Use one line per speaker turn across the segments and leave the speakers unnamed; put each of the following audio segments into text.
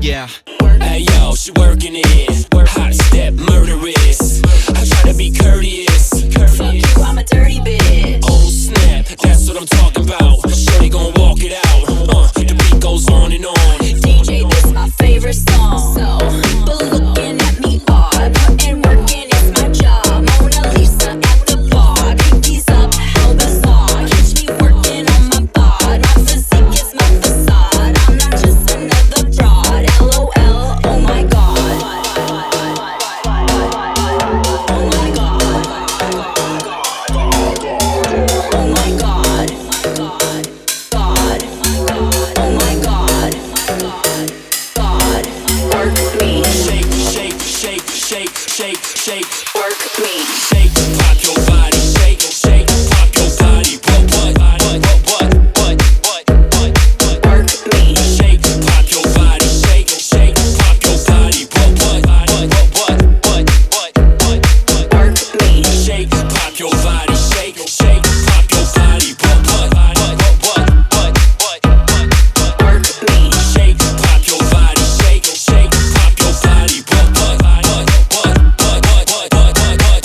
Yeah. Hey yo, she working it. Work hot step murderous. I try to be courteous.
Fuck you, I'm a dirty bitch.
Oh snap, that's what I'm talking about. Shorty gon' walk it out. Uh, the beat goes on and on.
DJ, this my favorite song. So, but looking at me odd. And working is my job. Mona Lisa at the bar. Pinkies up, how bizarre. Catch me working on my bod. My physique is my facade. I'm not just another broad. LOL, oh my god. Oh my god. Oh my god. God. Oh my god. God. Work me.
Shake, shake, shake, shake, shake, shake,
Work me.
shake. Pop your body. Shake, shake, pop your body. What, what, what, what, what, what, what, what, what?
Work me.
Shake, pop your body. Shake, shake, pop your body. What, what, what, what, what, what, what, what?
Work me.
Shake, pop your body. Shake, shake, pop your body. What, what, what, what, what, what, what, what?
Work me.
Shake, pop your body, shake, shake, pop your body, what, what, what, what, what, what, what,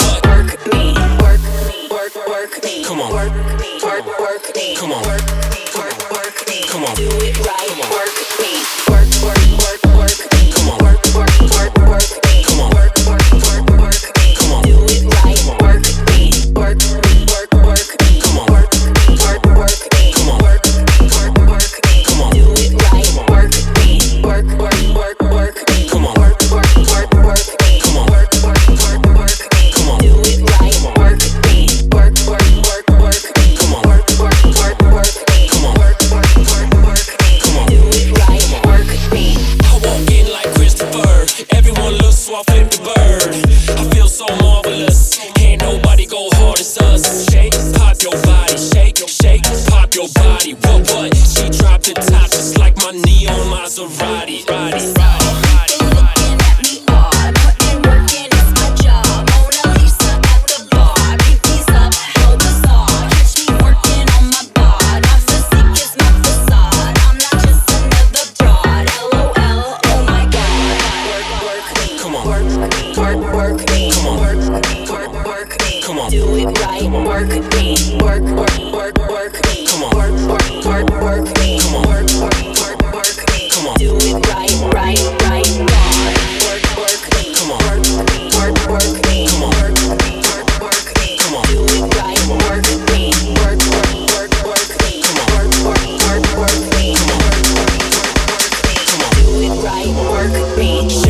Work
what, what, what, what?
me. Work me. Work work me.
Come on.
Work me. Work work me.
Come on.
Work me. Work work me.
Come on.
Do it right.
Come on.
Work me. Work work work work me.
Come on.
Work work work work me.
Come on.
Work work work work me.
Come on.
Do it right.
Come on.
Work me. Work me. Work work me.
Come on.
Work me. Work work me.
Come on.
Work me. Work work me.
Come on.
Do it right.
Come on.
Work me. Work work work work me.
Come on.
Work work work work me.
Come on.
Work work work work me.
Come on.
Do it right. Work me. Work, work, work, work me.
Come on.
Work, work, work, work me.
Come
Work, work,
on.
work, work me.
Come on.
Do it right. Work me.
I walk in like Christopher. Everyone looks so I flip the bird. I feel so marvelous. Can't nobody go hard as us. Shake, pop your body, shake, shake, pop your body. What what? She dropped the top just like my neon Maserati. Body, body,
They looking at me odd. Putting work in is my job. Mona Lisa at the bar. Pinkies up, how bizarre. Catch me working on my bod. My physique is my facade. I'm not just another broad. LOL, oh my god. Work, work me.
Come on.
Work me. Work, work me.
Come on.
Work me. Work, work me.
Come on.
Do it right. Work me. Work, work, work, work me.
Come on.
Work, work, work, work me.
Come on.
Work, work, work, work me.
Come on.
Do it right, right, right, wrong. Work, work me.
Come on.
Work, work, work me.
Come on.
Work, work, work me.
Come on.
Do it right, work me. Work, work, work, work me.
Come on.
Work, work, work, work me. Work, work, work, work me.
Come on.
Do it right, work me.